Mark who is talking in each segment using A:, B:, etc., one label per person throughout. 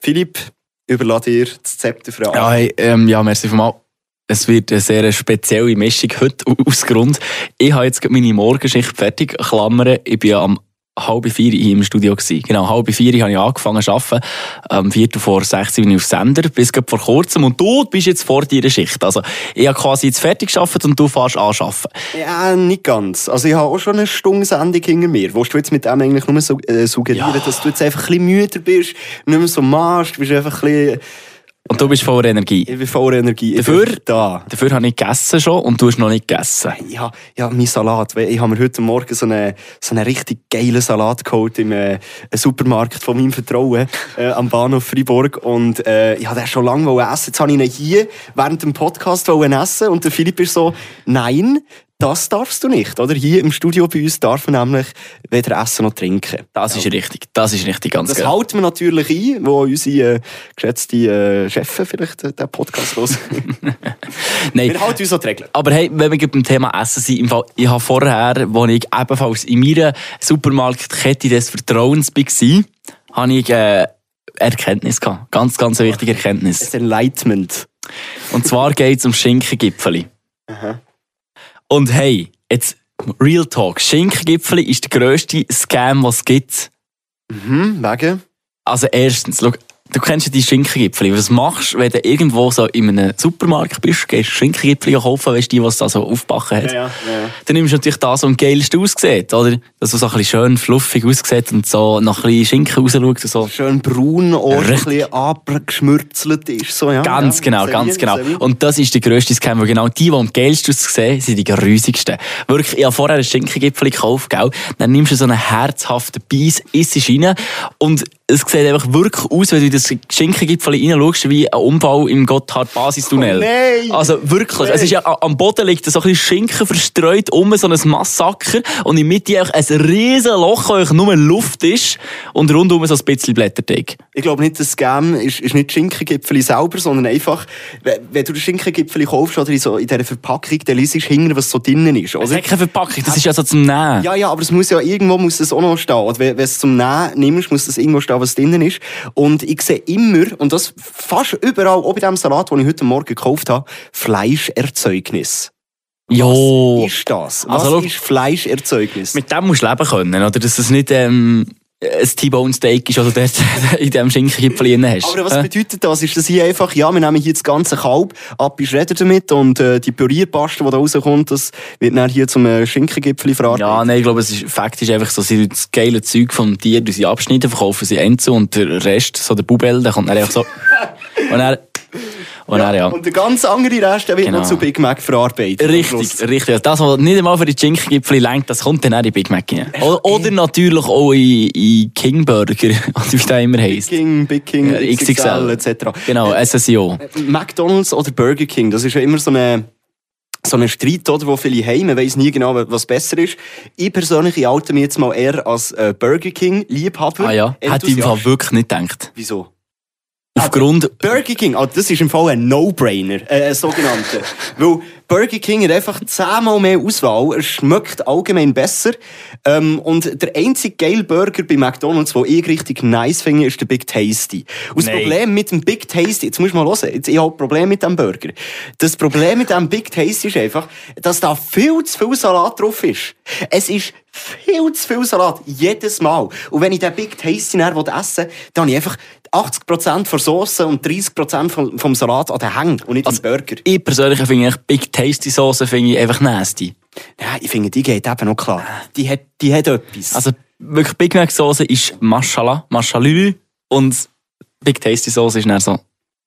A: Philipp, überlasse dir das Zepter für
B: Ja, hey, ähm, ja merci vielmals. Es wird eine sehr spezielle Mischung heute aus Grund. Ich habe jetzt gerade meine Morgenschicht fertig. Klammern, ich bin ja am halb vier hier im Studio. Gewesen. Genau, halb vier habe ich angefangen zu arbeiten. Am Viertel vor sechs bin ich auf Sender, bis gerade vor kurzem. Und du bist jetzt vor deiner Schicht. Also, ich habe quasi jetzt fertig geschafft und du fährst anschaffen.
A: Ja, nicht ganz. Also ich habe auch schon eine Stunde Sendung hinter mir. Willst du jetzt mit dem eigentlich nur so, äh, suggerieren,
B: Ja.
A: dass du jetzt einfach ein bisschen müder bist, nicht mehr so machst, du bist einfach ein bisschen...
B: Und du bist voller Energie.
A: Ich bin voller Energie. Ich
B: Dafür-
A: bin da.
B: Dafür habe ich gegessen schon und du hast noch nicht gegessen.
A: Ja, ja, mein Salat. Ich habe mir heute Morgen so einen, so einen richtig geilen Salat geholt im äh, Supermarkt von meinem Vertrauen äh, am Bahnhof Freiburg. Und äh, ich wollte den schon lange wollen essen. Jetzt habe ich ihn hier während dem Podcast wollen essen. Und der Philipp ist so, nein, das darfst du nicht. Oder hier im Studio bei uns darf man nämlich weder essen noch trinken.
B: Das ist richtig. Das ist richtig, ganz
A: Das
B: genau.
A: hält man natürlich ein, wo unsere äh, geschätzten äh, Chefs vielleicht äh, den Podcast hören.
B: Nein.
A: Wir halten uns an die Regeln.
B: Aber hey, wenn wir gerade beim Thema Essen sind, im Fall, ich habe vorher, als ich ebenfalls in meiner Supermarktkette des Vertrauens war, habe ich äh, Erkenntnis gehabt. Ganz, ganz eine wichtige Erkenntnis.
A: Das Enlightenment.
B: Und zwar geht es um Schinkengipfeli. Und hey, jetzt Real Talk. Schinkengipfeli ist der grösste Scam, was es gibt.
A: Mhm, wegen...
B: Also erstens, schau, du kennst ja die Schinkengipfel. Was machst du, wenn du irgendwo so in einem Supermarkt bist, gehst Schinkengipfel kaufen, weißt du, die, was da so aufbacken hat?
A: Ja, ja, ja.
B: Dann nimmst du natürlich das, was am geilsten aussieht, oder? Dass es so ein bisschen schön fluffig aussieht und so nach ein bisschen Schinken rausschaut und so.
A: schön braun,
B: Richtig.
A: ordentlich abgeschmürzelt ist. So, ja, Ah,
B: Ganz
A: ja,
B: genau,
A: sehr
B: ganz
A: gut,
B: genau.
A: sehr gut.
B: Und das ist der grösste Scam, weil genau die, die am geilsten aussehen, sind die grusigsten. Wirklich, ich habe vorher einen Schinkengipfel gekauft, gell? Dann nimmst du so einen herzhaften Beiß, isst es rein und es sieht einfach wirklich aus, wenn du in das Schinkengipfel reinschaust, wie ein Unfall im Gotthard-Basistunnel.
A: Oh nein!
B: Also wirklich,
A: Nein.
B: es ist ja, a- am Boden liegt so ein bisschen Schinken verstreut, um so ein Massaker und in der Mitte einfach ein riesen Loch, wo eigentlich nur Luft ist und rundum so ein bisschen Blätterteig.
A: Ich glaube nicht, das Scam ist, ist nicht Schinkengipfeli selber, sondern einfach, we- wenn du den Schinkengipfeli kaufst oder in, so, in dieser Verpackung, dann liest du hinten, was so drinnen ist.
B: Das
A: Oder?
B: ist keine Verpackung, das ist ja so zum Nähen.
A: Also Ja, ja, aber es muss ja irgendwo muss es auch noch stehen. Oder wenn, wenn es zum Nähen nimmst, muss das irgendwo stehen, was drinnen ist. Und ich sehe immer, und das fast überall, auch bei dem Salat, den ich heute Morgen gekauft habe, Fleischerzeugnis.
B: Jo.
A: Was ist das? Was
B: Oh. Also, schau-
A: ist Fleischerzeugnis?
B: Mit dem musst du leben können, oder? Dass es nicht ähm, ein T-Bone-Steak ist, oder dort in diesem Schinkengipfel drin hast.
A: Aber was
B: Äh,
A: bedeutet das? Ist das hier einfach, ja, wir nehmen hier das ganze Kalb, ab ist Räder damit und äh, die Pürierpaste, die da rauskommt, das wird dann hier zum äh, Schinkengipfel verarbeitet.
B: ja, nein, ich glaube, es ist, Fakt ist einfach so, sie tun das geile Zeug vom Tier, die sie abschneiden, verkaufen sie einzeln und der Rest, so der Bubel, der kommt dann einfach so. und dann, und dann, ja.
A: Und der ganz andere Rest, der wird
B: Genau.
A: noch zu Big Mac verarbeitet. Am
B: Richtig,
A: Schluss.
B: richtig. Also das, was nicht einmal für die Schinkengipfel lenkt, das kommt dann auch in die Big Mac rein. Oder, oder natürlich auch in, in King Burger, oder wie der immer
A: Big
B: heisst.
A: King, Big King,
B: Ja,
A: XXL,
B: XXL.
A: etc.
B: Genau, SSIO.
A: Äh, McDonalds oder Burger King, das ist ja immer so eine so ein Streit, oder, wo viele haben. Man weiss nie genau, was besser ist. Ich persönlich ich halte mich jetzt mal eher als äh, Burger King-Liebhaber.
B: Ah ja, hätte ich im Fall wirklich nicht gedacht.
A: Wieso?
B: Aufgrund
A: Burger King, ah, das ist im Fall ein No-Brainer, äh, ein sogenannter. Weil Burger King hat einfach zehnmal mehr Auswahl, er schmeckt allgemein besser. Ähm, und der einzige geile Burger bei McDonalds, den ich richtig nice finde, ist der Big Tasty. Und das
B: Nein.
A: Problem mit dem Big Tasty, jetzt musst du mal hören, jetzt, ich habe ein Problem mit dem Burger. Das Problem mit dem Big Tasty ist einfach, dass da viel zu viel Salat drauf ist. Es ist viel zu viel Salat, jedes Mal. Und wenn ich den Big Tasty näher essen will, dann habe ich einfach 80% von Sauce und 30% vom, vom Salat an den Hängen und nicht
B: Also
A: am Burger.
B: Ich persönlich finde ich Big Tasty Soße finde ich einfach nasty.
A: Ja, ich finde, die geht eben noch klar. Die hat, die hat etwas.
B: Äh. Also wirklich Big Mac Soße ist Maschala, Maschalü und Big Tasty Soße ist dann so.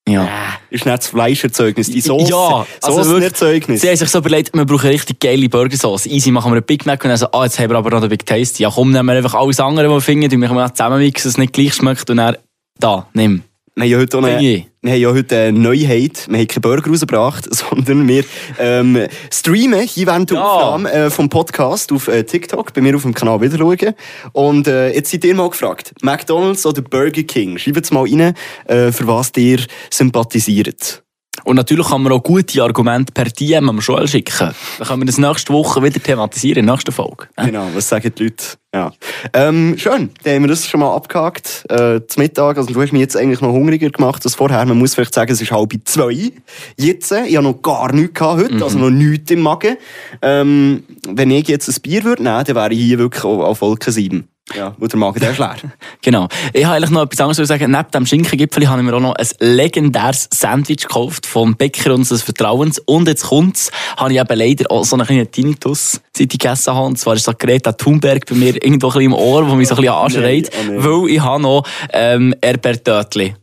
B: Ja.
A: Ah, ist nicht das Fleischerzeugnis, die Sauce.
B: Ja, also
A: Saucenerzeugnis.
B: Sie haben sich so überlegt, wir brauchen richtig geile Burgersoße. Easy, machen wir einen Big Mac und dann so, ah, jetzt haben wir aber noch den Big Tasty. Ja, komm, nehmen wir einfach alles andere, was wir finden, und wir können auch zusammenmixen, dass es nicht gleich schmeckt und dann, da, nimm.
A: Wir haben ja heute, auch eine,
B: Beignet.
A: wir haben ja heute eine Neuheit. Wir haben keinen Burger rausgebracht, sondern wir ähm, streamen hier während der
B: Ja.
A: Aufnahme äh, vom Podcast auf äh, TikTok, bei mir auf dem Kanal wieder schauen. Und äh, jetzt seid ihr mal gefragt, McDonalds oder Burger King? Schreibt es mal rein, äh, für was ihr sympathisiert.
B: Und natürlich kann man auch gute Argumente per DM am Joel schicken. Dann können wir das nächste Woche wieder thematisieren, in der nächsten Folge.
A: Genau, was sagen die Leute? Ja. Ähm, schön, dann haben wir das schon mal abgehakt. Äh, zum Mittag, also du hast mich jetzt eigentlich noch hungriger gemacht als vorher. Man muss vielleicht sagen, es ist halb zwei. Jetzt, äh, ich habe noch gar nichts gehabt heute, also noch nichts im Magen. Ähm, wenn ich jetzt ein Bier würde nehmen, dann wäre ich hier wirklich auf, auf Wolke 7. Ja, wo der Magen der ist leer.
B: Genau. Ich habe eigentlich noch etwas anderes zu sagen. Neben dem Schinkengipfel habe ich mir auch noch ein legendäres Sandwich gekauft vom Bäcker unseres Vertrauens. Und jetzt kommt's, habe ich eben leider auch so einen kleinen Tinnitus, seit ich gegessen habe. Und zwar ist so Greta Thunberg bei mir irgendwo ein bisschen im Ohr, wo mich so ein bisschen anschreit.
A: oh nein.
B: Weil ich habe noch, ähm, Herbert Dörtli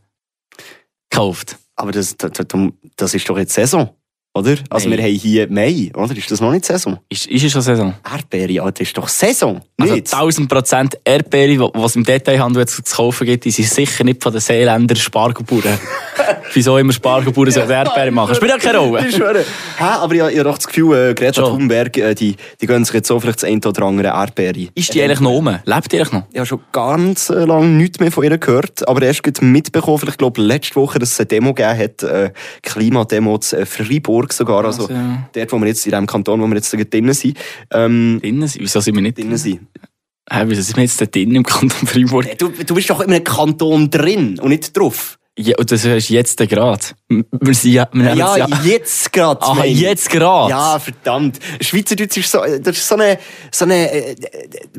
B: gekauft.
A: Aber das, das, das- das ist doch jetzt Saison, oder? Also
B: Nein.
A: wir haben hier Mai, oder? Ist das noch nicht Saison?
B: Ist, ist es schon Saison?
A: Erdbeere, ja, das ist doch Saison,
B: Also
A: nicht?
B: 1000% Erdbeere, wo- was im Detailhandel jetzt zu kaufen gibt, die sind sicher nicht von den Seeländern Spargelbauern. Wieso immer Spargelbauern so Erdbeere machen? Spielt ja keine Rolle.
A: Ich schwöre. Hä, aber ich, ich habe doch das Gefühl, äh, Greta
B: Schon.
A: Thunberg, äh, die, die gehen sich jetzt so vielleicht das eine oder andere Erdbeere.
B: Ist die eigentlich noch um? Lebt die eigentlich noch?
A: Ich habe schon ganz äh, lange nichts mehr von ihr gehört, aber erst gerade mitbekommen, vielleicht glaube letzte Woche, dass es eine Demo gegeben hat, äh, Klimademo zu äh, Freiburg sogar, also
B: Also, ja.
A: dort, wo wir jetzt, in dem Kanton, wo wir jetzt gerade drinnen sind, ähm,
B: Drinnen sind? Wieso sind wir nicht
A: drinnen sind.
B: Hä, wieso sind wir jetzt da drinnen im Kanton Freiburg?
A: Du, du bist doch in einem Kanton drin und nicht drauf.
B: Ja, und das ist jetzt der Grad. M- Wir sind ja... Wir nehmen
A: Ja, Ah,
B: es ja.
A: jetzt gerade.
B: Aha,
A: meine ich.
B: jetzt Grad?
A: Ja, verdammt. Schweizerdeutsch ist so, das ist so eine, so eine äh,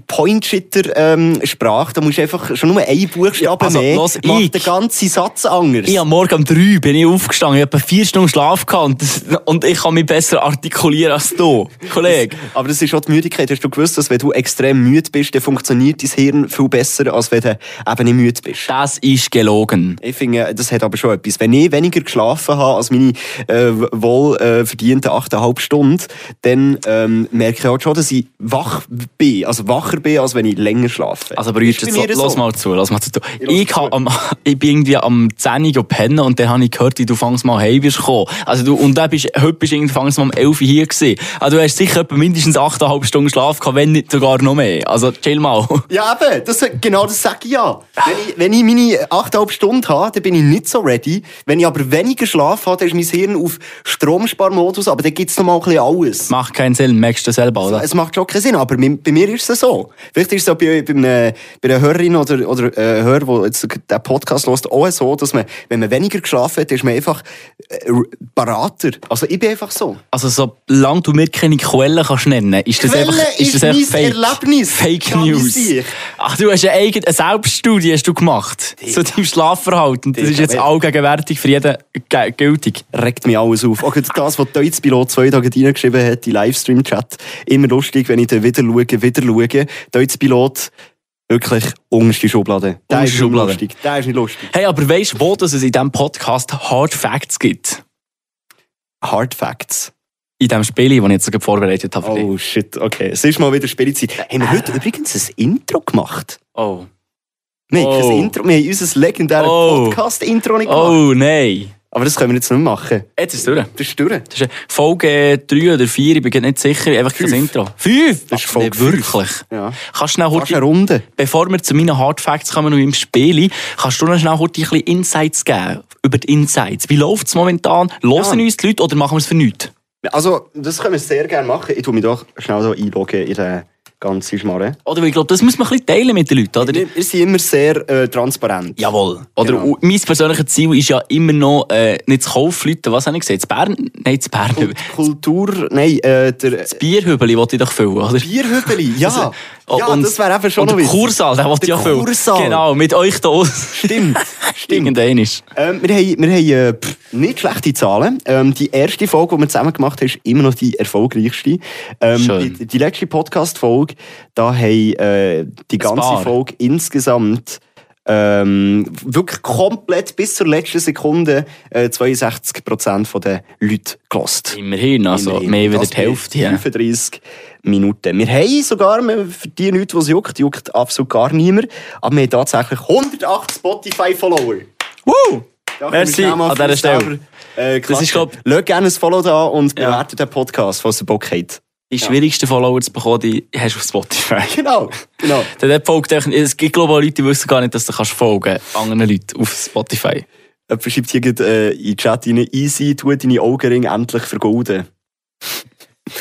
A: Pointshitter-Sprache. da musst du einfach schon nur einen Buchstaben
B: Ja, also,
A: mehr.
B: los,
A: macht
B: ich-
A: den ganzen Satz anders.
B: Ich am Morgen um 3 bin ich aufgestanden, ich habe vier Stunden Schlaf gehabt und, das, und ich kann mich besser artikulieren als du, Kollege.
A: Aber das ist auch die Müdigkeit. Hast du gewusst, dass wenn du extrem müde bist, dann funktioniert dein Hirn viel besser, als wenn du eben nicht müde bist?
B: Das ist gelogen.
A: Ich finde, das hat aber schon etwas. Wenn ich weniger geschlafen habe als meine äh, wohl äh, verdienten 8,5 Stunden, dann ähm, merke ich halt schon, dass ich wach bin. Also wacher bin, als wenn ich länger schlafe.
B: Also, aber jetzt,
A: Ist bei
B: jetzt
A: mir
B: los,
A: so.
B: los mal zu, los mal zu.
A: Ich
B: Ich,
A: lass
B: hab am, ich bin irgendwie am 10 Uhr gepennt und dann habe ich gehört, wie du fängst mal heim bist gekommen. Also du, und dann bist, heute bist du irgendwie fängst mal um 11 Uhr hier gewesen. Also du hast sicher etwa mindestens 8,5 Stunden Schlaf gehabt, wenn nicht sogar noch mehr. Also chill mal.
A: Ja, eben, das, genau das sage ich ja. Wenn ich, wenn ich meine 8,5 Stunden habe, dann bin ich nicht so ready. Wenn ich aber weniger Schlaf habe, dann ist mein Hirn auf Stromsparmodus, aber dann gibt's noch mal ein bisschen alles.
B: Macht keinen Sinn, merkst du selber, oder?
A: Also, Es macht schon keinen Sinn, aber mi- bei mir ist es so. Vielleicht ist es auch bei, bei, einer, bei einer Hörerin oder, oder äh, Hörer, der jetzt den Podcast hört, auch so, dass man, wenn man weniger geschlafen hat, ist man einfach äh, r- parater. Also ich bin einfach so.
B: Also solange du mir keine Quellen kannst nennen, ist das
A: Quelle
B: einfach, ist
A: ist
B: das einfach
A: mein
B: fake.
A: Erlebnis.
B: Fake
A: Ja, wie
B: News.
A: sich.
B: Ach, du hast eine eigene eine Selbststudie hast du gemacht zu deinem Schlafverhalten. Das
A: Digga,
B: ist jetzt
A: wenn-
B: allgegenwärtig für jeden ge- gültig.
A: regt mich alles auf. Auch gerade das, was der Pilot zwei Tage reingeschrieben hat, in Livestream-Chat. Immer lustig, wenn ich den wieder schaue, wieder schaue. Deutsche Pilot, wirklich unterste Schublade. Der ist
B: Unterste
A: nicht
B: Schublade.
A: lustig. Der ist nicht lustig.
B: Hey, aber weißt du, wo dass es in diesem Podcast Hard Facts gibt?
A: Hard Facts.
B: In diesem Spiel, das ich jetzt gerade vorbereitet habe. für dich.
A: Oh shit, okay. Es ist mal wieder Spielzeit. Haben wir
B: Ah.
A: heute übrigens ein Intro gemacht?
B: Oh.
A: Nein,
B: Oh.
A: kein Intro. Wir haben unser legendäres
B: Oh.
A: Podcast-Intro nicht gemacht.
B: Oh, nein.
A: Aber das können wir jetzt nicht mehr machen.
B: Jetzt ist es durch.
A: Das ist durch.
B: Das ist Folge 3 oder 4, ich bin gerade nicht sicher. Einfach das
A: Fünf.
B: Intro. 5?
A: Das ist Folge
B: Wirklich?
A: Ja.
B: Kannst du schnell
A: Fast eine
B: kurz,
A: Runde.
B: bevor wir zu meinen Hard Facts kommen und im Spiel, kannst du noch schnell kurz ein bisschen Insights geben? Über die Insights. Wie läuft es momentan? Hören
A: Ja.
B: uns die Leute oder machen wir es für nichts?
A: Also, das können wir sehr gerne machen. Ich tue mich doch schnell so einloggen in den ganzen Schmarrn.
B: Oder? Weil ich glaube, das müssen wir ein bisschen teilen mit den Leuten, oder?
A: Wir, wir sind immer sehr äh, transparent.
B: Jawohl. Oder
A: Genau.
B: und mein persönliches Ziel ist ja immer noch, äh, nicht zu kaufen, Leute, was habe ich gesagt? Das Bern? Nein, das Bern.
A: Und die Kultur, nein, äh, der
B: Das Bierhübeli wollte ich doch füllen, oder?
A: Bierhübeli, ja.
B: Oh,
A: ja,
B: und-
A: das wäre eben schon
B: und
A: noch
B: der
A: witzig.
B: Kursaal, den wollte ich
A: Der
B: auch füllen.
A: Kursaal.
B: Genau, mit euch da aus.
A: Stimmt, stimmt.
B: Irgendein ist.
A: Ähm, wir haben, wir haben äh, pff, nicht schlechte Zahlen. Ähm, die erste Folge, die wir zusammen gemacht haben, ist immer noch die erfolgreichste. Ähm,
B: Schön.
A: Die, die letzte Podcast-Folge, da haben äh, die ganze
B: Paar.
A: Folge insgesamt ähm, wirklich komplett bis zur letzten Sekunde äh, 62% der Leute gelost.
B: Immerhin, also mehr als die Hälfte. Ja.
A: 35 Minuten. Wir haben sogar, wir- für die Leute, die es juckt, juckt absolut gar niemand, aber wir haben tatsächlich 108 Spotify-Follower.
B: Woo!
A: Da können wir
B: Merci
A: schnell mal für
B: an dieser
A: uns
B: Stelle.
A: selber, Äh, das ist,
B: ist, glaub-
A: Lasst gerne ein Follow da und
B: Ja.
A: bewertet den Podcast, falls ihr Bock habt.
B: Die schwierigsten Follower zu bekommen, die hast du auf Spotify.
A: Genau, genau.
B: Dann folgt euch, es gibt glaube ich auch Leute, die wissen gar nicht, dass du kannst folgen anderen Leuten auf Spotify.
A: Jemand schreibt hier gerade, äh, in den Chat rein, easy, tu deine Augenringe endlich vergolden.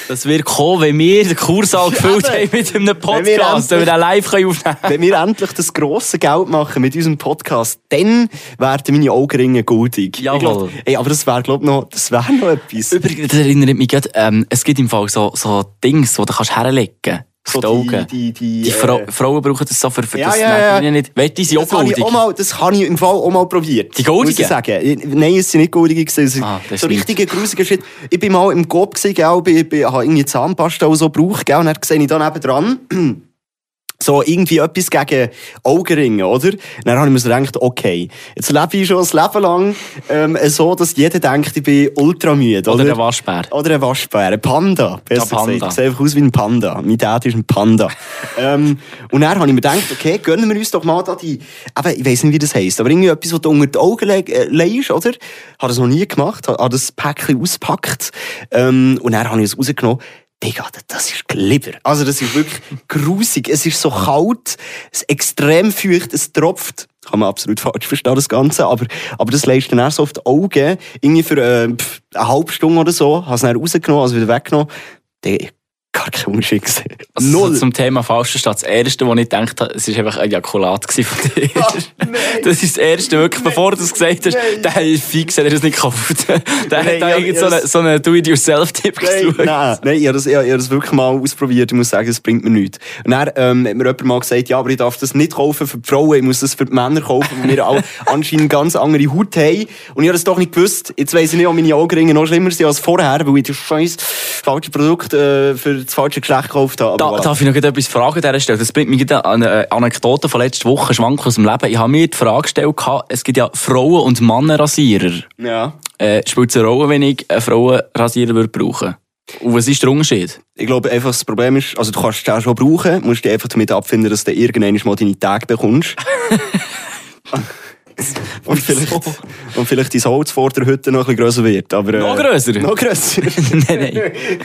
B: Das wird kommen, wenn wir den Kursaal gefüllt
A: eben.
B: haben mit einem
A: Wenn wir
B: Podcast,
A: endlich-
B: wenn wir den live können aufnehmen können.
A: Wenn wir endlich das grosse Geld machen mit unserem Podcast, dann werden meine Augenringe goldig. Ich
B: Jawohl.
A: glaub, ey, aber das wäre, glaube noch, das wär noch etwas.
B: Übrigens, das erinnert mich gerade, ähm, es gibt im Fall so, so Dings, die du kannst herlegen kannst.
A: So
B: die Augen. Die,
A: die, die,
B: Fra
A: äh,
B: Frauen brauchen das so für, für
A: Ja,
B: das.
A: ja,
B: Nein,
A: ja.
B: nein, nicht. Weißt du, die sind auch
A: Das habe, ich
B: goldig.
A: auch mal, das habe ich im Fall auch mal probiert.
B: Die goldigen?
A: Muss ich sagen. Nein, es sind nicht goldige. gewesen.
B: Ah, das
A: so
B: stimmt.
A: richtige grusiger Shit. Ich bin mal im Coop, gewesen, gell, ich, bin- ich habe irgendwie Zahnpasta und so gebraucht. Gell, und dann sehe ich da nebendran so irgendwie etwas gegen Augenringe, oder? Dann habe ich mir so gedacht, okay, jetzt lebe ich schon das Leben lang ähm, so, dass jeder denkt, ich bin ultra müde.
B: Oder
A: Oder,
B: der Waschbär.
A: oder ein Waschbär, ein Panda. Besser
B: Ein Panda.
A: gesagt. Ich sehe einfach aus wie ein Panda. Mein Dad ist ein Panda. ähm, und dann habe ich mir gedacht, okay, gönnen wir uns doch mal da die, eben, ich weiss nicht, wie das heisst, aber irgendwie etwas, was du unter die Augen leg- äh, legst, oder? Habe das noch nie gemacht, habe habe das Päckchen ausgepackt. Ähm, und dann habe ich es rausgenommen. Digga, das ist Glibber. Also, das ist wirklich grusig. Es ist so kalt, es ist extrem feucht, es tropft. Kann man absolut falsch verstehen, das Ganze. Aber, aber das leistet dann erst so auf die Augen. Irgendwie für äh, pff, eine halbe Stunde oder so. Habe es dann rausgenommen, also wieder weggenommen. Digga, gar kein Unterschied gesehen.
B: Also so Zum Thema falsche Stadt. Das Erste, was ich gedacht habe, es war einfach ein Ejakulat gewesen von dir.
A: Ah,
B: Das ist das Erste, wirklich, bevor du das gesagt hast,
A: Nein.
B: der hat fix hat er das nicht gekauft. Der
A: Nein,
B: hat da
A: ja,
B: irgend
A: ja,
B: so einen
A: das-
B: so einen Do-it-yourself-Tipp
A: Nein,
B: gesucht.
A: nein, nein, ich habe das, ich habe das wirklich mal ausprobiert. Ich muss sagen, es bringt mir nichts. Und dann ähm, hat mir jemand mal gesagt, ja, aber ich darf das nicht kaufen für die Frauen, ich muss das für die Männer kaufen, weil wir alle anscheinend ganz andere Haut haben. Und ich habe das doch nicht gewusst. Jetzt weiss ich nicht, ob meine Augenringe noch schlimmer sind als vorher, weil ich das scheiß falsche Produkt äh, für das falsche Geschlecht gekauft habe.
B: Da,
A: Aber voilà.
B: darf ich noch gerade etwas fragen an dieser Stelle? Das bringt mich gerade an eine äh, Anekdote von letzter Woche, Schwank aus dem Leben. Ich habe mir die Frage gestellt, gehabt, es gibt ja Frauen- und Männerrasierer.
A: ja.
B: Äh, spielt es eine Rolle, wenn ich einen Frauenrasierer würde brauchen Und was ist der Unterschied?
A: Ich glaube einfach, das Problem ist, also du kannst es auch schon brauchen, musst dich einfach damit abfinden, dass du irgendwann mal deine Tage bekommst. und, vielleicht, und vielleicht dein Holz vor der Hütte noch ein bisschen grösser wird. Aber, äh,
B: Noch grösser?
A: Noch grösser.
B: nein, nein.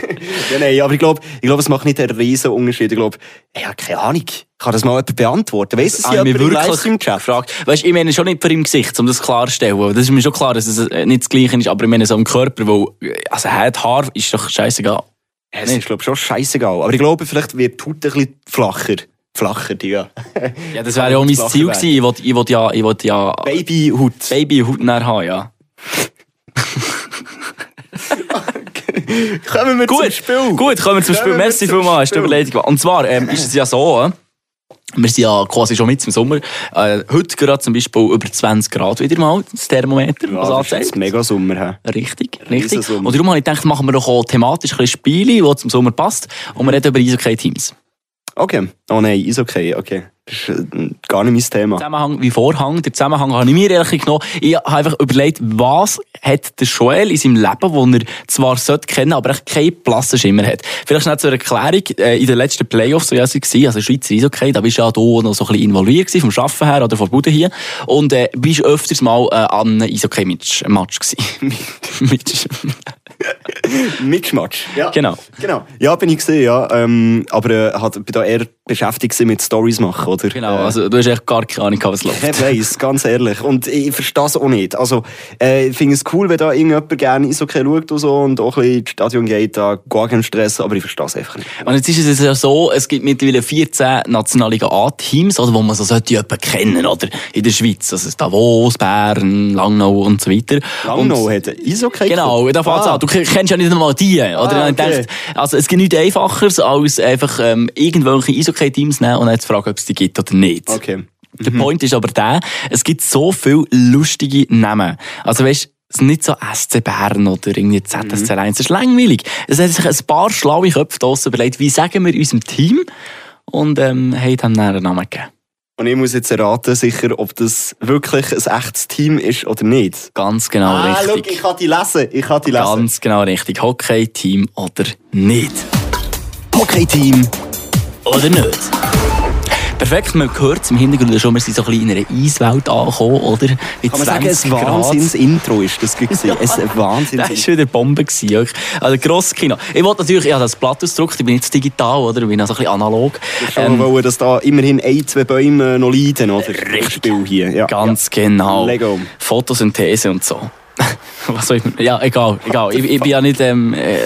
A: ja, nein, aber ich glaube, ich glaube, es macht nicht einen riesen Unterschied. Ich glaube, ich habe keine Ahnung. Kann das mal jemand beantworten? Weiss es
B: Ah, ich
A: jemand
B: mich
A: im
B: wirklich
A: Livestream-Chat?
B: gefragt. Weißt, ich meine schon nicht vor im Gesicht, um das klarzustellen. Das ist mir schon klar, dass es äh, nicht das Gleiche ist, aber ich meine so am Körper, weil, äh, also, Haut, Haar ist doch scheißegal.
A: Es ist, glaube ich, schon scheißegal. Aber ich glaube, vielleicht wird die Haut ein bisschen flacher. Flacher, ja.
B: Ja, das wäre ja auch mein
A: Flacher
B: Ziel
A: Weg.
B: gewesen. Ich wollte, ich wollte ja, ich wollte ja
A: Babyhaut.
B: Babyhaut näher haben, ja.
A: Kommen wir zum
B: Gut.
A: Spiel.
B: Gut, kommen wir zum Spiel.
A: Kommen wir
B: Merci
A: zum
B: vielmals, hast du
A: Spiel.
B: überlegt. Und zwar ähm, ist es ja so, äh, wir sind ja quasi schon mit im Sommer. Äh, heute gerade zum Beispiel über 20 Grad wieder mal, das Thermometer,
A: Ja, das
B: was
A: ist
B: anzeigt.
A: jetzt mega Sommer. hä?
B: Richtig, richtig.
A: Riesensommer.
B: Und darum habe ich gedacht, machen wir doch auch thematisch ein bisschen Spiele, die zum Sommer passt. Und wir reden über Eishockey-Teams.
A: Okay. Oh nein, ist okay, okay. Das ist äh, gar nicht mein Thema.
B: Zusammenhang wie Vorhang. Der Zusammenhang habe ich mir ehrlich genommen. Ich habe einfach überlegt, was hat der Joel in seinem Leben, wo er zwar sollte kennen, aber echt keinen blassen Schimmer hat. Vielleicht schnell zur Erklärung. Äh, In den letzten Playoffs, so ja sie waren, also Schweizer ist okay, da bist du ja da noch so ein bisschen involviert gewesen, vom Arbeiten her oder von der Bude hier. Und äh, bist öfters mal äh, an einem Eishockey-Match Match gewesen. Match.
A: Mitschmatsch. Ja.
B: Genau.
A: Genau. Ja, bin ich gesehen, ja. Ähm, aber äh, hat, bin da eher beschäftigt gewesen mit Stories machen, oder?
B: Genau,
A: Äh,
B: also du hast echt gar keine Ahnung, gehabt, was läuft.
A: Ich weiss, ganz ehrlich. Und ich verstehe es auch nicht. Also, äh, ich finde es cool, wenn da irgendjemand gerne Eishockey schaut und so und auch ein bisschen ins Stadion geht, da gar keinen Stress, aber ich verstehe es einfach nicht.
B: Und jetzt ist es ja so, es gibt mittlerweile 14 Nationalliga A-Teams, oder, wo man so sollte jemanden kennen, oder? In der Schweiz. Also Davos, Bern, Langnau und so weiter.
A: Langnau
B: Und-
A: hat Eishockey
B: Genau, da fängt an. Du ke- kennst ja nicht einmal die, oder?
A: Ah,
B: Und
A: okay.
B: ich dachte, also es gibt nichts Einfacheres, als einfach ähm, irgendwelche Eishockey-Teams nehmen und dann zu fragen, ob es die gibt oder nicht.
A: Okay.
B: Der
A: Mhm.
B: Point ist aber der, es gibt so viele lustige Namen. Also weißt, es sind nicht so SC Bern oder irgendwie ZSC
A: Mhm.
B: 1, es ist langweilig. Es haben sich ein paar schlaue Köpfe draussen überlegt, wie sagen wir unserem Team und ähm, haben dann einen Namen gegeben.
A: Und ich muss jetzt erraten, sicher, ob das wirklich ein echtes Team ist oder nicht.
B: Ganz genau
A: Ah, schau,
B: richtig.
A: ich kann die lesen. Ich kann die lesen.
B: Ganz genau richtig. Hockey-Team oder nicht.
A: Hockey-Team.
B: Oder nicht. Perfekt, man hört es im Hintergrund schon, wir sind so ein bisschen in einer Eiswelt angekommen, oder? Mit
A: Kann man sagen, ein
B: 20 Grad.
A: Wahnsinns-Intro ist das gewesen. Ein
B: Das war
A: Wahnsinns-Intro.
B: wieder Bombe. gewesen, wirklich. Also, grosses Kino. Ich wollte natürlich, ich habe das Blatt ausgedruckt, ich bin jetzt digital, oder? Ich bin also ein bisschen analog. ähm,
A: Schon wollen, dass da immerhin ein, zwei Bäume äh, noch leiden, oder?
B: Richtig.
A: Das Spiel hier. Ja,
B: Ganz genau.
A: Lego.
B: Photosynthese und so. Was soll ich Ja, egal, egal. Ich, ich bin ja nicht, ähm, äh,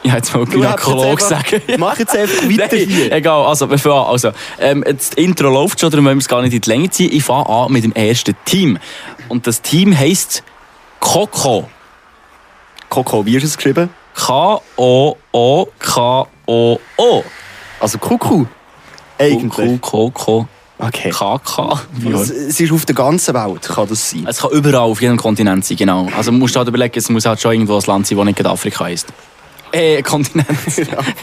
B: ich hätte mal
A: ja. Du
B: Gynäkologe
A: hast jetzt
B: sagen.
A: einfach- Mach jetzt einfach weiter
B: Nein,
A: hier.
B: egal, also wir fangen an. Also, ähm, das Intro läuft schon, darum wollen wir es gar nicht in die Länge ziehen. Ich fange an mit dem ersten Team. Und das Team heisst Coco.
A: Coco, wie ist es geschrieben?
B: K-O-O-K-O-O.
A: Also Kuku. Eigentlich.
B: Coco.
A: Okay.
B: KK. Wie auch
A: Es, es ist auf der ganzen Welt, kann das sein.
B: Es kann überall auf jedem Kontinent sein, genau. Also man muss halt überlegen, es muss halt schon irgendwo ein Land sein, das nicht gerade Afrika heisst. Äh, Kontinent.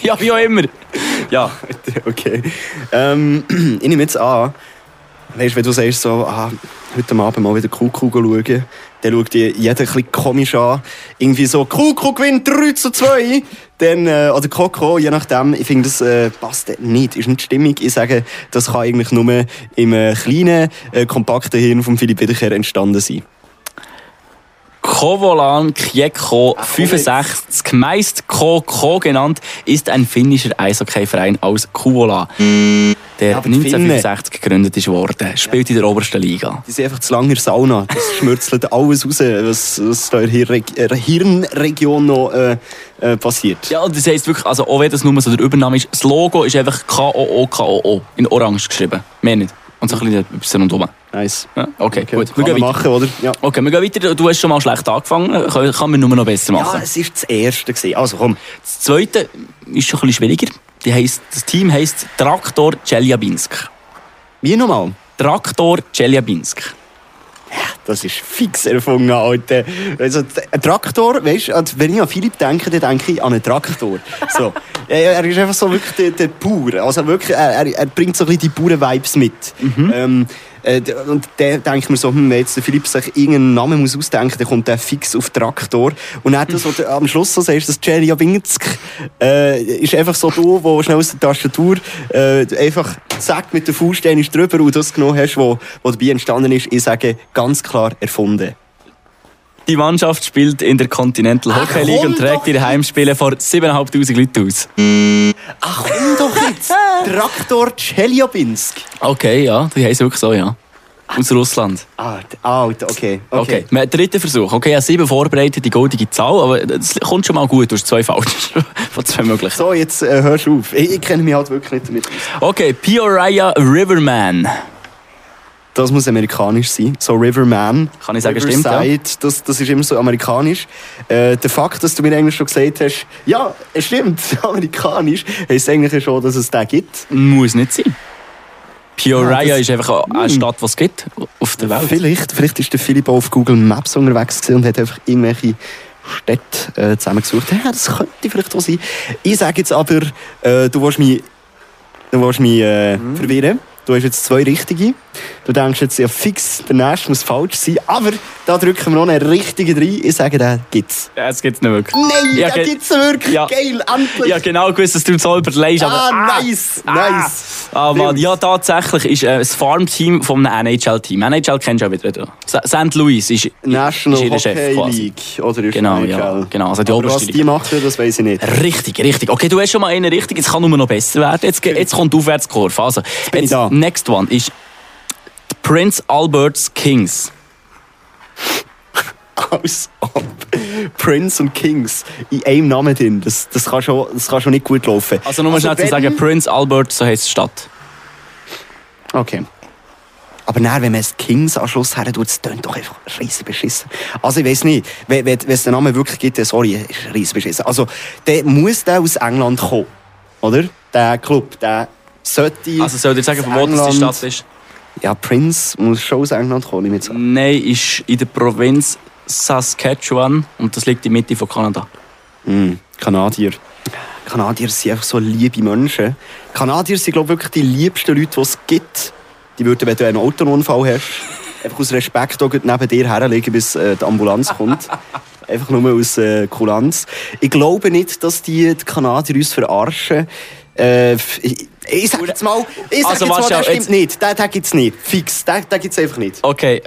B: ja, wie auch immer. Ja,
A: Okay. Ähm, ich nehme jetzt an, weißt, wenn du sagst, so, ah, heute Abend mal wieder Kuckuck schauen, dann schaut dir jeder ein bisschen komisch an. Irgendwie so, Kuckuck gewinnt 3 zu 2. Dann, äh, oder Koko, je nachdem. Ich finde, das äh, passt nicht. Ist nicht stimmig. Ich sage, das kann eigentlich nur im äh, kleinen, äh, kompakten Hirn von Philipp Wiederkehr entstanden sein.
B: Kovolan Kiekko,
A: Ach,
B: 65, meist KK genannt, ist ein finnischer Eishockeyverein aus Kouvola,
A: Mm.
B: der
A: Aber die
B: 1965 gegründet ist worden. Spielt in der obersten Liga.
A: Die sind einfach zu lange in der Sauna. Das schmürzelt alles raus, was, was da in der Hirnreg- äh, Hirnregion noch äh, äh, passiert.
B: Ja, und das heisst wirklich, also auch wenn das nur so der Übername ist, das Logo ist einfach K-O-O-K-O-O, in orange geschrieben. Mehr nicht. Und so ein bisschen Y und oben.
A: Nice.
B: Ja, okay, gut. Wir
A: Kann
B: gehen
A: man
B: weiter.
A: machen, oder? Ja.
B: Okay, wir gehen weiter. Du hast schon mal schlecht angefangen. Kann, kann man nur noch besser machen.
A: ja, es war das erste. Gewesen. Also komm,
B: Das zweite ist schon ein bisschen schwieriger. Die heisst, das Team heisst Traktor Chelyabinsk.
A: wie nochmal?
B: Traktor Chelyabinsk.
A: Das ist fix erfunden, Alter. Also, d- ein Traktor, weißt du, also, wenn ich an Philipp denke, dann denke ich an einen Traktor. So. Ja, ja, er ist einfach so wirklich der, der Bauer. Also wirklich, er, er, er bringt so ein bisschen die Bauern-Vibes mit.
B: Mhm.
A: Ähm, äh, d- und der denkt mir so, hm, wenn jetzt der Philipp sich irgendeinen Namen muss ausdenken, dann kommt der fix auf Traktor. Und er hat das, was du am Schluss so sagst, das Jerry Jabinsk, äh, ist einfach so du, wo schnell aus der Tastatur äh, einfach sagt mit der Faust einmal drüber und das genommen hast, was dabei entstanden ist. Ich sage ganz klar erfunden.
B: Die Mannschaft spielt in der Continental
A: Ach,
B: Hockey League und
A: komm doch
B: trägt ihre Heimspiele vor 7'500 Leuten aus.
A: Ach, komm doch jetzt! Traktor Chelyabinsk.
B: Okay, ja, die heisst wirklich so, ja. Aus Russland.
A: Ah, d- ah, d- okay.
B: Okay.
A: okay.
B: okay. Dritter Versuch. Okay, ich habe sieben vorbereitet, die goldige Zahl, aber das kommt schon mal gut. Du hast zwei falsch. Von zwei möglichen.
A: So, jetzt äh, hörst du auf. Ich, ich kenne mich halt wirklich nicht damit aus.
B: Okay, Peoria Riverman.
A: Das muss amerikanisch sein. So Riverman.
B: Kann ich sagen, stimmt,
A: Riverside, stimmt, das, das ist immer so amerikanisch. Äh, der Fakt, dass du mir eigentlich schon gesagt hast, ja, es stimmt, amerikanisch, heisst eigentlich schon, dass es den gibt.
B: Muss nicht sein. Peoria
A: Ja, das- Hm.
B: ist einfach eine Stadt, die es gibt auf der Welt.
A: Vielleicht, vielleicht ist der Philipp auch auf Google Maps unterwegs gewesen und hat einfach irgendwelche Städte äh, zusammengesucht. Ja, das könnte vielleicht auch sein. Ich sage jetzt aber, äh, du willst mich, du willst mich äh,
B: Mhm.
A: verwirren. Du hast jetzt zwei richtige. Du denkst jetzt, ja fix, der nächste muss falsch sein. Aber da drücken wir noch einen richtigen rein. Ich sage, den gibt's.
B: Das gibt es nicht wirklich.
A: Nein,
B: Ja,
A: den
B: ge-
A: gibt's wirklich.
B: Ja.
A: Geil, endlich.
B: Ja, genau gewusst, dass du so überlegst. Aber,
A: ah, nice, nice.
B: Ah, Mann,
A: Stimmt's.
B: ja, tatsächlich ist äh, das Farmteam vom NHL-Team. NHL kennst du ja wieder. du. Sa- St. Louis ist
A: National
B: Ist jeder
A: Hockey
B: Chef quasi.
A: League. Oder ist
B: Genau,
A: NHL.
B: ja, genau. Also die
A: aber was
B: oberste
A: die machen, das weiß ich nicht.
B: richtig, richtig. Okay, du hast schon mal einen richtig. Jetzt kann nur noch besser werden. Jetzt, ge- jetzt kommt die Aufwärtskurve. Also,
A: bin ich
B: jetzt,
A: da.
B: next one ist die Prince Albert's Kings.
A: als ob Prince und Kings in einem Namen drin. Das, das, kann, schon, das kann schon nicht gut laufen.
B: Also nur schnell zu
A: wenn-
B: sagen, Prince Albert, so heisst die Stadt.
A: Okay. Aber dann, wenn man es Kings am Schluss her tut, das tönt doch einfach riesen beschissen. Also ich weiß nicht, wenn wenn- wenn es den Namen wirklich gibt, dann sorry, ist riesen beschissen. Also der muss der aus England kommen, oder? Der Club, der sollte...
B: Also soll ich dir sagen, von wo das die
A: England-
B: Stadt ist?
A: Ja, Prince muss schon aus England kommen, ich würde sagen.
B: Nein, ist in der Provinz Saskatchewan und das liegt in der Mitte von Kanada.
A: Mm, Kanadier. Kanadier sind einfach so liebe Menschen. Kanadier sind, glaube ich, wirklich die liebsten Leute, die es gibt. Die würden, wenn du einen Autounfall hast, einfach aus Respekt auch gleich neben dir herlegen, bis äh, die Ambulanz kommt. einfach nur aus äh, Kulanz. Ich glaube nicht, dass die, die Kanadier uns verarschen. Äh, ich, Ich sag jetzt mal, ich sag
B: Also,
A: jetzt mal,
B: warte,
A: der
B: jetzt-
A: stimmt nicht. Den, den gibt's nicht. Fix, den, den gibt's einfach nicht.
B: Okay,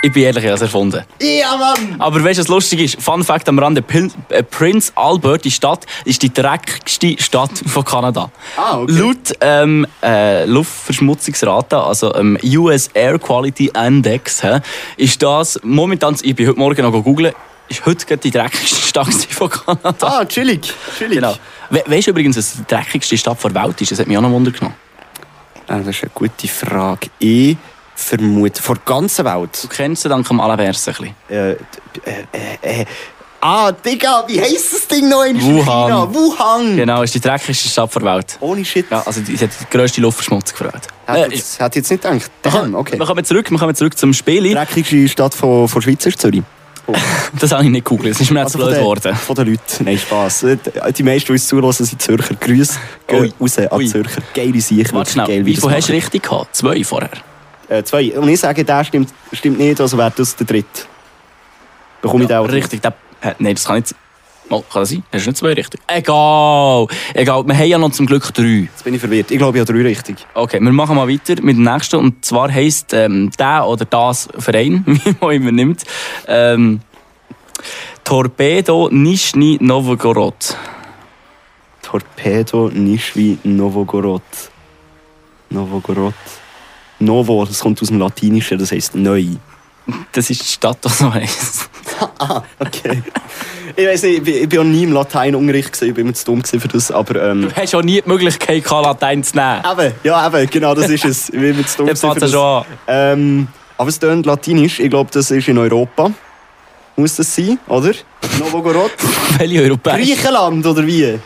B: ich bin ehrlich, ich habe es erfunden.
A: Ja, Mann!
B: Aber weißt du, was lustig ist? Fun Fact am Rande: Pil äh, Prince Albert, die Stadt, ist die dreckigste Stadt von Kanada.
A: Ah, okay.
B: Laut ähm, äh, Luftverschmutzungsrate, also ähm, US Air Quality Index, hä, ist das momentan, ich bin heute Morgen noch googeln, ist heute gerade die dreckigste Stadt von Kanada.
A: Ah, chillig, chillig.
B: Genau. We weißt du übrigens, dass es die dreckigste Stadt der Welt ist? Das hat mich auch noch Wunder genommen.
A: Ah, das ist eine gute Frage. Ich vermute, vor der ganzen Welt.
B: Du kennst sie dank dem Alavers ein bisschen.
A: Äh, d- äh, äh, äh. Ah, Digga, wie heisst das Ding noch in
B: Wuhan.
A: China? Wuhan!
B: Genau, ist die dreckigste Stadt der Welt.
A: Ohne Shit.
B: Ja, also die, die hat die grösste Luftverschmutzung der Welt.
A: Hätte
B: Äh,
A: jetzt, hätte jetzt nicht gedacht. Damn, okay.
B: Wir kommen zurück, wir kommen zurück zum
A: Die
B: Spiel.
A: dreckigste Stadt von, von Schweiz ist Zürich. Also
B: Das habe ich nicht gegoogelt, es ist mir jetzt
A: von,
B: blöd
A: den,
B: geworden.
A: von den Leuten. Nein, Spass. Äh, Die, die meisten, die uns zuhören, sind Zürcher. Grüße gehen
B: Ui.
A: raus an
B: Ui.
A: Zürcher. Geile Sicht.
B: Warte
A: wirklich
B: schnell,
A: geil,
B: wie
A: das
B: viel hast du
A: machen.
B: richtig gehabt? Zwei vorher.
A: äh, Zwei. Und ich sage, der stimmt, stimmt nicht, also wäre das der dritte. Bekomme ich den auch.
B: Richtig, der, äh, nein, das kann nicht sein. Oh, kann das sein? Hast du nicht zwei richtig? Egal, egal, wir haben ja noch zum Glück drei.
A: Jetzt bin ich verwirrt. Ich glaube, ich habe drei richtig.
B: Okay, wir machen mal weiter mit dem nächsten. Und zwar heisst ähm, der oder das Verein, wie man immer nimmt, ähm, Torpedo Nischni Novgorod.
A: Torpedo Nischwi Novogorod. Novogorod. Novo, das kommt aus dem Latinischen, das heisst neu.
B: Das ist die Stadt, die so heisst.
A: Ah, okay. ich weiß nicht, ich bin- ich war nie im Lateinunterricht, gewesen, ich war immer zu dumm gewesen für das, aber... Ähm,
B: Du hast auch nie die Möglichkeit, gehabt, Latein zu nehmen.
A: eben, ja eben, genau, das ist es. Ich war immer zu dumm
B: Dann
A: gewesen
B: fängt es schon an.
A: Ähm, aber es tönt latinisch, ich glaube, das ist in Europa. Muss das sein, oder? Novogorod?
B: Welche Europäer?
A: Griechenland, oder wie?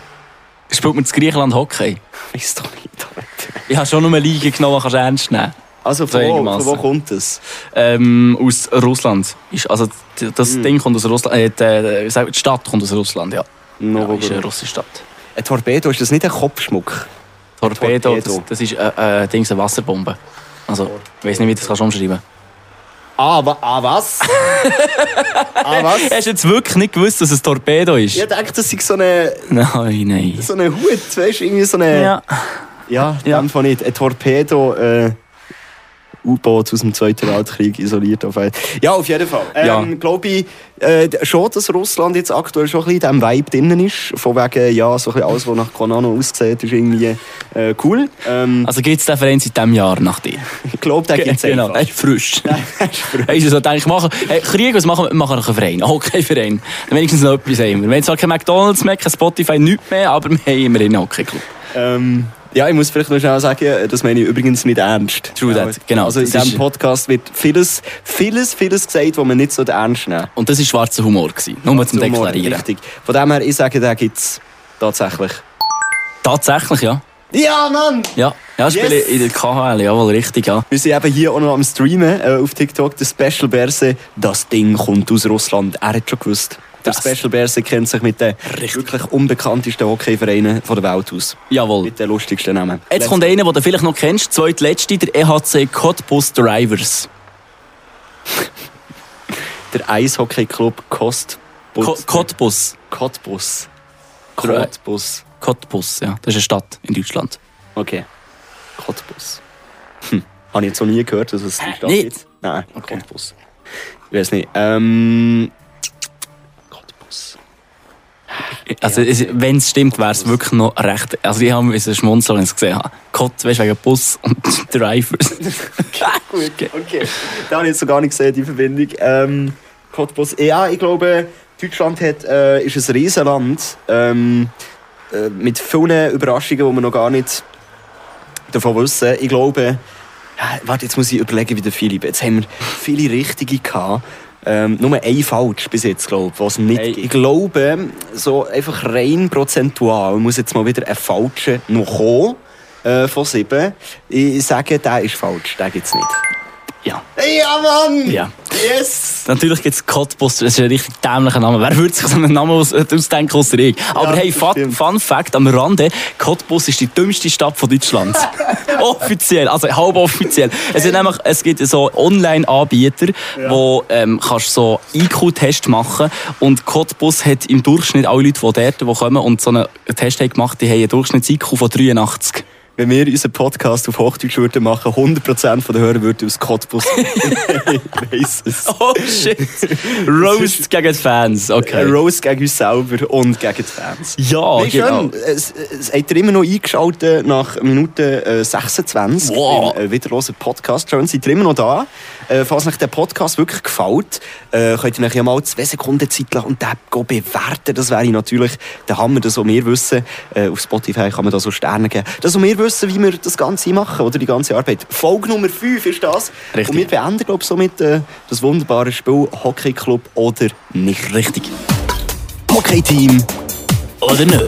B: Spielt man in Griechenland Hockey?
A: Weiß doch nicht. Alter.
B: Ich habe schon nur eine Liga genommen, die kannst du ernst nehmen.
A: Also,
B: So
A: von wo, von wo
B: einigermassen.
A: kommt das?
B: Ähm, aus Russland. Ist, also d- das Ding kommt aus Russland. Äh, die, äh, wie sagt man, die Stadt kommt aus Russland, ja. ja ist eine
A: Novogorod.
B: russische Stadt.
A: Ein Torpedo, ist das nicht ein Kopfschmuck?
B: Torpedo,
A: Torpedo.
B: Das, das ist äh, äh, Dings, eine Wasserbombe. Also, ich weiß nicht, wie du das kannst umschreiben
A: Ah, wa ah was? ah was?
B: Hast du jetzt wirklich nicht gewusst, dass es ein Torpedo ist?
A: Ich dachte, das sei so eine,
B: Nein, nein.
A: so eine Hut, weißt du, irgendwie so eine...
B: Ja.
A: Ja,
B: Ja.
A: ja. Fall nicht. Ein Torpedo, äh, U-Boot aus dem Zweiten Weltkrieg isoliert. Auf jeden- ja, auf jeden Fall. Ähm,
B: Ja.
A: Glaube ich äh, d- schon, dass Russland jetzt aktuell schon ein bisschen in diesem Vibe drinnen ist. Von wegen, ja, so ein bisschen alles, was nach Konano aussieht, ist irgendwie äh, cool. Ähm,
B: Also gibt es den Verein seit diesem Jahr nach dir?
A: ich glaube, den gibt es
B: genau,
A: einfach.
B: er ist frisch.
A: Nein.
B: Weißt du, so denke ich, machen, hey, Krieg, was machen wir? Wir machen einen Verein, Hockeyverein. Dann wenigstens noch etwas haben wir. Wir haben zwar kein McDonalds mehr, kein Spotify, nichts mehr, aber wir haben immerhin einen Hockeyclub.
A: ähm, ja, ich muss vielleicht noch schnell sagen, das meine ich übrigens nicht ernst.
B: True that, genau.
A: Also in
B: Das
A: diesem
B: ist-
A: Podcast wird vieles, vieles, vieles gesagt, was man nicht so ernst nehmen
B: Und das war schwarzer Humor. Gewesen, nur mal zum
A: Humor,
B: Deklarieren.
A: Richtig. Von dem her, ich sage, den gibt es tatsächlich.
B: Tatsächlich, ja.
A: Ja, Mann!
B: Ja, ja ich
A: Yes!
B: spiele in der KHL, jawohl, richtig, ja.
A: Wir sind eben hier auch noch am Streamen äh, auf TikTok. Der Special Berse, das Ding kommt aus Russland. Er hat schon gewusst. Der
B: Das-
A: Special Berse kennt sich mit den
B: Richtig.
A: wirklich unbekanntesten Hockeyvereinen von der Welt aus.
B: Jawohl.
A: Mit den lustigsten Namen.
B: Jetzt kommt einer, den du vielleicht noch kennst, zweitletzte, der EHC Cottbus Drivers.
A: der Eishockey-Club Kost...
B: Co Cottbus.
A: Cottbus.
B: Dre-
A: Cottbus.
B: Cottbus, ja. Das ist eine Stadt in Deutschland.
A: Okay. Cottbus. Hm. Habe ich jetzt noch nie gehört, dass es die Stadt
B: nicht?
A: gibt. Nein,
B: Okay.
A: Cottbus. Ich weiß nicht. Ähm... Cottbus.
B: Also, es- wenn es stimmt, wäre es wirklich noch recht. Also, ich habe müssen schmunzeln, wenn ich es gesehen habe. Cott, weißt du, wegen Bus und Drivers.
A: Gut, okay. Da habe ich jetzt so gar nicht gesehen, die Verbindung. Ähm, Cottbus. Ja, ich glaube, Deutschland hat, äh, ist ein Riesenland ähm, äh, mit vielen Überraschungen, die wir noch gar nicht davon wissen. Ich glaube, ja, warte, jetzt muss ich überlegen, wie der Philipp. Jetzt haben wir viele Richtige gehabt. Ähm, nur ein falsch bis jetzt, glaube ich, was es nicht
B: Hey.
A: gibt. Ich glaube, so einfach rein prozentual muss jetzt mal wieder ein falscher noch kommen äh, von sieben. Ich sage, der ist falsch, den gibt es nicht.
B: Ja.
A: Ja, Mann!
B: Ja.
A: Yes!
B: Natürlich gibt es Cottbus, das ist ein richtig dämlicher Name. Wer würde sich so einen Namen aus- äh, ausdenken außer ich? Aber
A: Ja,
B: hey,
A: das
B: Fun,
A: stimmt.
B: Fun Fact am Rande, Cottbus ist die dümmste Stadt von Deutschland. offiziell, also halb offiziell. Es, sind nämlich, es gibt so Online-Anbieter, wo ähm, kannst so IQ-Test machen und Cottbus hat im Durchschnitt alle Leute, die dort die kommen und so einen Test haben gemacht, die haben einen Durchschnitts-IQ von 83.
A: wenn wir unseren Podcast auf Hochdeutsch würden machen, 100% von den Hörern würden aus Cottbus. ich weiss es.
B: Oh shit! Roast gegen die Fans, okay.
A: Ein Rose gegen uns selber und gegen die Fans.
B: Ja,
A: Wie
B: genau.
A: schön, es, es hat er immer noch eingeschaltet nach Minute äh, 26
B: Wow.
A: im äh, wiederlosen Podcast. Schön, seid ihr immer noch da. Äh, falls euch der Podcast wirklich gefällt, äh, könnt ihr euch ja mal zwei Sekunden Zeit lassen und den go bewerten. Das wäre natürlich der Hammer, das, was wir wissen. Äh, auf Spotify kann man da so Sterne geben. Das, was wir wissen, wie wir das Ganze machen, oder die ganze Arbeit. Folge Nummer 5 ist das.
B: Richtig.
A: Und wir beenden, glaube ich, somit äh, das wunderbare Spiel Hockey Club oder nicht.
B: Richtig.
A: Hockey Team.
B: Oder nicht?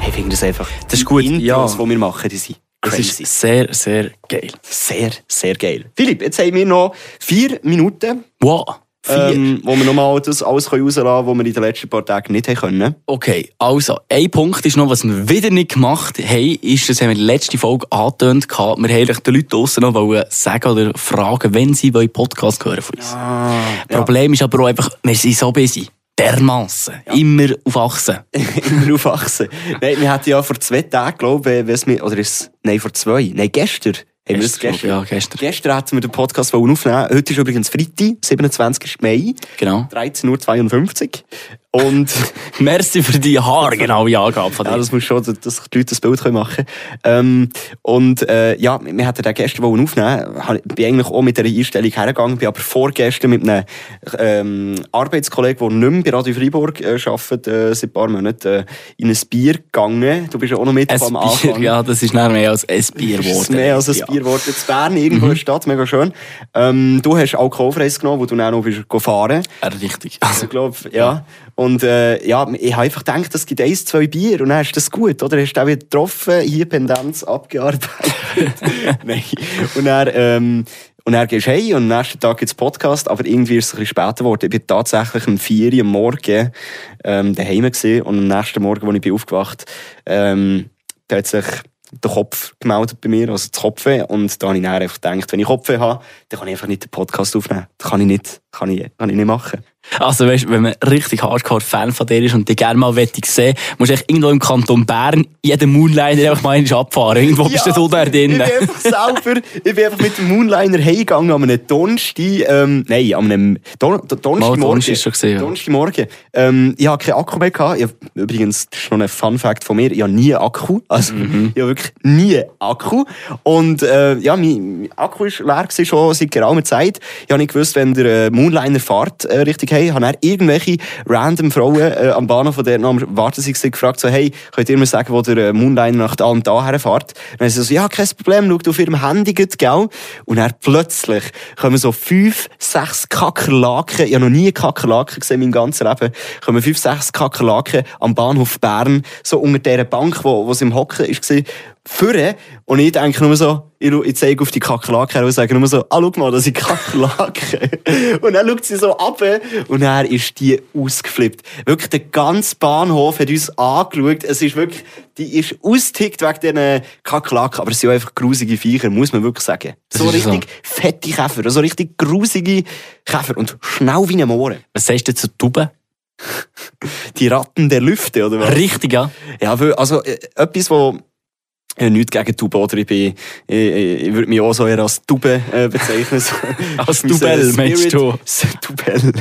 A: Hey, Ich finde das einfach.
B: Das ist gut,
A: Die Intros,
B: ja.
A: die wir machen, die sind
B: Das
A: crazy.
B: ist sehr, sehr geil.
A: sehr, sehr geil. Philipp, jetzt haben wir noch vier Minuten,
B: Wow. Vier.
A: ähm, wo wir nochmal das alles können rauslassen können, was wir in den letzten paar Tagen nicht haben können.
B: Okay, also, ein Punkt ist noch, was wir wieder nicht gemacht haben, ist, das haben wir in der letzten Folge angetönt gehabt, wir haben eigentlich den Leuten draussen noch wollen sagen oder fragen, wenn sie wollen Podcast hören von uns.
A: ja.
B: Problem ist aber auch einfach, wir sind so busy. Dermassen. Immer auf Achsen.
A: Immer aufwachsen. Nein, wir hatten ja vor zwei Tagen, glaube ich, weiss mir- oder ist es- nein, vor zwei, nein, gestern. Haben wir das
B: Gestern,
A: gestern?
B: ja, gestern.
A: Gestern hatten wir den Podcast wollen aufnehmen. Heute ist übrigens Freitag, 27. Mai,
B: Genau.
A: 13.52 Uhr. Und
B: Merci für die haargenaue Angabe von dir.
A: Ja, das muss schon, dass- dass die Leute das Bild können machen können. Ähm, und äh, ja, wir hatten den gestern wollen aufnehmen. Hab- Bin eigentlich auch mit dieser Einstellung hergegangen, bin aber vorgestern mit einem ähm, Arbeitskollegen, der nicht mehr bei Radio Freiburg äh, arbeitet, äh, seit ein paar Monaten, äh, in ein Bier gegangen. Du bist ja auch noch mit
B: ein
A: am
B: Bier,
A: Anfang.
B: ja, das ist nachher mehr als ein Bier
A: Das ist
B: geworden.
A: mehr als ein
B: ja. Mhm.
A: Bier geworden. In Bern, irgendwo in der Stadt, mega schön. Ähm, du hast alkoholfreies genommen, wo du dann noch bist gefahren.
B: Ja, richtig. Also,
A: Ich glaube, ja. Und äh, ja, ich habe einfach gedacht, es gibt eins, zwei Bier und dann ist das gut, oder? Hast du auch wieder getroffen, hier Pendenz abgearbeitet. Nein. Und dann, ähm, und dann gehst du hey und am nächsten Tag gibt es Podcast, aber irgendwie ist es ein bisschen später geworden. Ich bin tatsächlich um 4 Uhr am Morgen ähm, daheim gewesen und am nächsten Morgen, als ich bin aufgewacht ähm, da hat sich der Kopf gemeldet bei mir, also das Kopfweh. Und da habe ich dann einfach gedacht, wenn ich Kopfweh habe, dann kann ich einfach nicht den Podcast aufnehmen. Das kann ich nicht, kann ich, kann ich nicht machen.
B: also weißt, wenn man richtig Hardcore-Fan von dir ist und dich gerne mal wettig sehen, musst du echt irgendwo im Kanton Bern jeden Moonliner einfach mal einmal abfahren. Irgendwo bist du so da
A: Ich
B: drin.
A: bin einfach selber, ich bin einfach mit dem Moonliner heimgegangen an einem Donnerstag, ähm, nein, an einem Don Don
B: Mal,
A: Donnerstagmorgen.
B: Donnerstag ist schon gesehen, ja.
A: Donnerstagmorgen. Ähm, ich habe keinen Akku mehr gehabt. Ich hab, übrigens, das ist noch ein Fun Fact von mir. Ich habe nie Akku. Also,
B: Mhm.
A: ich habe wirklich nie Akku. Und, äh, ja, mein, mein Akku ist leer gewesen, schon seit geraumer Zeit. Ich habe nicht gewusst, wenn der äh, Moonliner fährt, äh, richtig hey, habe dann irgendwelche random Frauen äh, am Bahnhof, der Namen warten sie gewesen, gefragt, so, hey, könnt ihr mir sagen, wo der äh, Moonliner nach da und da herfährt? Und dann haben sie so, ja, kein Problem, schaut auf ihrem Handy, gut, gell? Und dann plötzlich kommen so fünf, sechs Kakerlaken, ich habe noch nie Kakerlaken gesehen in meinem ganzen Leben, kommen fünf, sechs Kakerlaken am Bahnhof Bern, so unter dieser Bank, wo, wo sie im Hocken war, führen. Und ich denke nur so, ich, schau- ich zeige auf die Kakerlaken und sage nur so, ah, schau mal, das sind Kakerlaken. und dann schaut sie so ab und dann ist die ausgeflippt. Wirklich, der ganze Bahnhof hat uns angeschaut. Es ist wirklich, die ist ausgetickt wegen diesen Kakerlaken, aber es sind auch einfach grusige Viecher, muss man wirklich sagen.
B: Das
A: so
B: ist so.
A: richtig fette Käfer, so richtig grusige Käfer und schnell wie ein Mohren.
B: Was sagst du zu Tuben?
A: Die Ratten der Lüfte, oder was?
B: Richtig, ja.
A: Ja, weil, also, äh, etwas, wo, ja, nichts gegen Tube, oder? Ich, bin, ich, ich, ich würde mich auch so eher als Tube äh, bezeichnen. So-
B: Als
A: Mein, äh,
B: Tubel, meinst du?
A: Spirit- Tubel.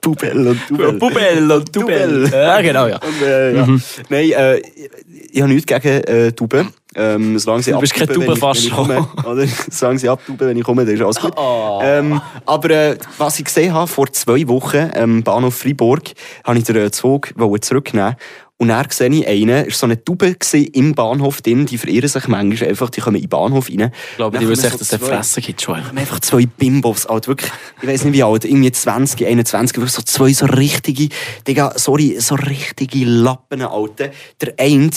A: Tubel und Tubel.
B: Bubel und
A: Tubel.
B: Ja, genau, ja.
A: Und, äh, ja. Nein, äh, ich, ich habe nichts gegen äh, Tube. Ähm, solange sie
B: Du bist kein
A: abtuben, wenn ich- wenn ich
B: Tubenfascho.
A: komme, Oder? Solange sie abtuben, wenn ich komme, dann ist alles gut.
B: Oh.
A: Ähm, aber äh, was ich gesehen habe, vor zwei Wochen am Bahnhof Freiburg, habe ich den äh, Zug wollte zurücknehmen und dann sehe ich einen, es war so eine Taube gewesen im Bahnhof drin, die verirren sich manchmal einfach, die kommen in den Bahnhof rein.
B: Ich glaube, die
A: Dann
B: wissen
A: kommen
B: echt, dass
A: so
B: es eine
A: zwei-
B: Fresse gibt schon.
A: haben einfach zwei Bimbos, alt, wirklich, ich weiß nicht wie alt, irgendwie 20, 21, wirklich so zwei so richtige, Digga, sorry, so richtige Lappen, alte. Der eine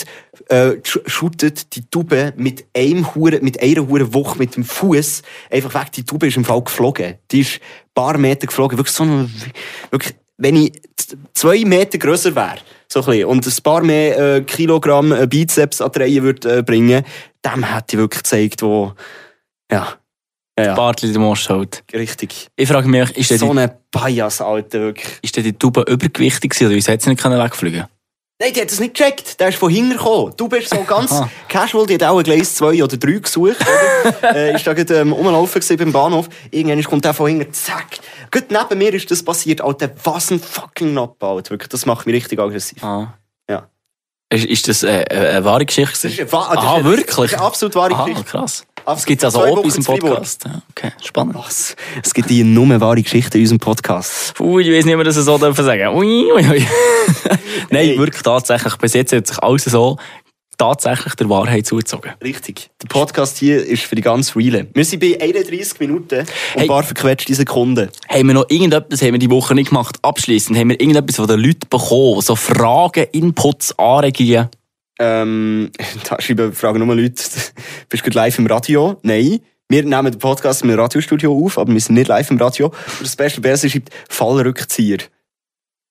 A: äh, sch- shootet die Tube mit einem Hure, mit einer Hure Woche mit dem Fuß einfach weg. Die Tube ist im Fall geflogen. Die ist ein paar Meter geflogen, wirklich so eine, wirklich, wenn ich z- zwei Meter grösser wäre, so ein bisschen, und ein paar mehr äh, Kilogramm äh, Bizeps an die Reihe würde äh, bringen, dem hätte ich wirklich gezeigt, wo, ja, ja, ja.
B: Bartli, du musst halt.
A: Richtig.
B: Ich frage mich, ist der,
A: so
B: die,
A: ein Bias, Alter, wirklich.
B: ist der die Tube übergewichtig gewesen oder wieso hat sie nicht können wegfliegen
A: Nein, die hat es nicht gecheckt. Der ist von hinten gekommen. Du bist so ganz
B: Aha.
A: casual, die hat auch ein Gleis 2 oder 3 gesucht. Oder? äh, ist da gerade ähm, rumgelaufen gewesen beim Bahnhof. Irgendwann kommt der von hinten, zack. Gut neben mir ist das passiert. Alter, was ein fucking Knockout. Wirklich, das macht mich richtig aggressiv.
B: Ah.
A: Ja.
B: Ist, ist das äh, äh, eine wahre Geschichte?
A: Das ist
B: gewesen?
A: eine wa- das ist
B: Aha,
A: eine-
B: wirklich?
A: Das ist eine absolut wahre
B: Aha,
A: Geschichte.
B: krass.
A: Absolut.
B: Das gibt es also
A: Zwei
B: auch bei
A: Wochen
B: unserem
A: in Fribourg.
B: Podcast. Ja, okay, spannend.
A: Was? Es gibt hier nur wahre Geschichten in unserem Podcast.
B: Ui, ich weiß nicht, ob wir das so dürfen sagen. Ui, ui, ui. Nein,
A: Hey.
B: wirklich tatsächlich. Bis jetzt hat sich alles so tatsächlich der Wahrheit zugezogen.
A: Richtig. Der Podcast hier ist für die ganz Reale. Wir sind bei 31 Minuten und
B: Hey.
A: ein paar verquetschte Sekunden.
B: Haben wir noch irgendetwas, haben wir die Woche nicht gemacht, abschließend, haben wir irgendetwas von den Leuten bekommen, so Fragen, Inputs, Anregungen?
A: Ähm, da schreiben Fragen nur Leute, bist du live im Radio? Nein. Wir nehmen den Podcast im Radiostudio auf, aber wir sind nicht live im Radio. Und das beste Bärse schreibt Fallrückzieher.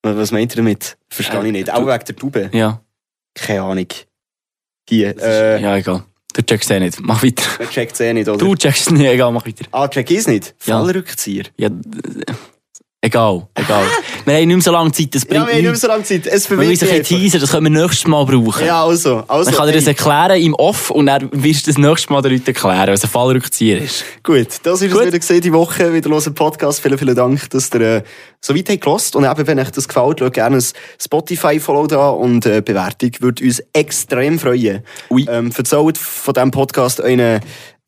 A: Was meint ihr damit? Verstehe
B: Äh,
A: ich nicht.
B: du-
A: Auch wegen der Tube.
B: Ja,
A: Keine Ahnung. Hier,
B: das
A: äh,
B: ist, ja egal. Du checkst es eh nicht. Mach weiter.
A: man checkt es eh nicht, oder?
B: Du checkst es nicht, egal, mach weiter.
A: Ah, check ich es nicht.
B: Ja.
A: Fallrückzieher.
B: Ja, d- egal, egal. wir haben nicht mehr so lange Zeit, das
A: Ja,
B: bringt
A: wir haben nicht mehr
B: nichts.
A: so lange Zeit. Es
B: Wir
A: verwirrt
B: müssen ein
A: mich
B: bisschen teasern, das können wir nächstes Mal
A: einfach.
B: brauchen.
A: Ja, also. also
B: Dann kann er das
A: hey.
B: erklären im Off und dann wirst du das nächste Mal den Leuten erklären, was ein Fallrückzieher ist.
A: Gut, das ist
B: Gut.
A: es wieder gesehen, die Woche. Wieder los Podcast. Vielen, vielen Dank, dass ihr äh, so weit habt gelost. Und eben, wenn euch das gefällt, schaut gerne ein Spotify-Follow da und äh, Bewertung würde uns extrem freuen.
B: Ui.
A: Ähm, erzählt von diesem Podcast euren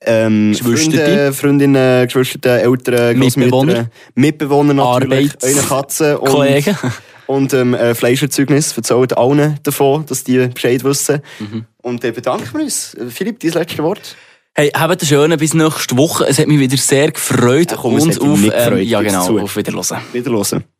A: ähm,
B: Geschwisterti.
A: Freunden, Freundinnen, Geschwister, Eltern,
B: Mitbewohner.
A: Großmütter, Mitbewohner natürlich,
B: Arbeits-
A: euren Katzen und,
B: Kollegen.
A: und ähm, äh, Fleischerzeugnis. Erzählt allen davon, dass die Bescheid wissen.
B: Mhm.
A: Und dann bedanken wir uns. Äh, Philipp, dein letztes Wort.
B: Hey, habt einen schönen bis nächste Woche. Es hat mich wieder sehr gefreut
A: Ja, komm, es
B: und
A: hat mich
B: auf, ähm,
A: nicht gefreut.
B: ja
A: Gib's
B: genau,
A: zu.
B: auf Wiederhören.
A: Wieder hören.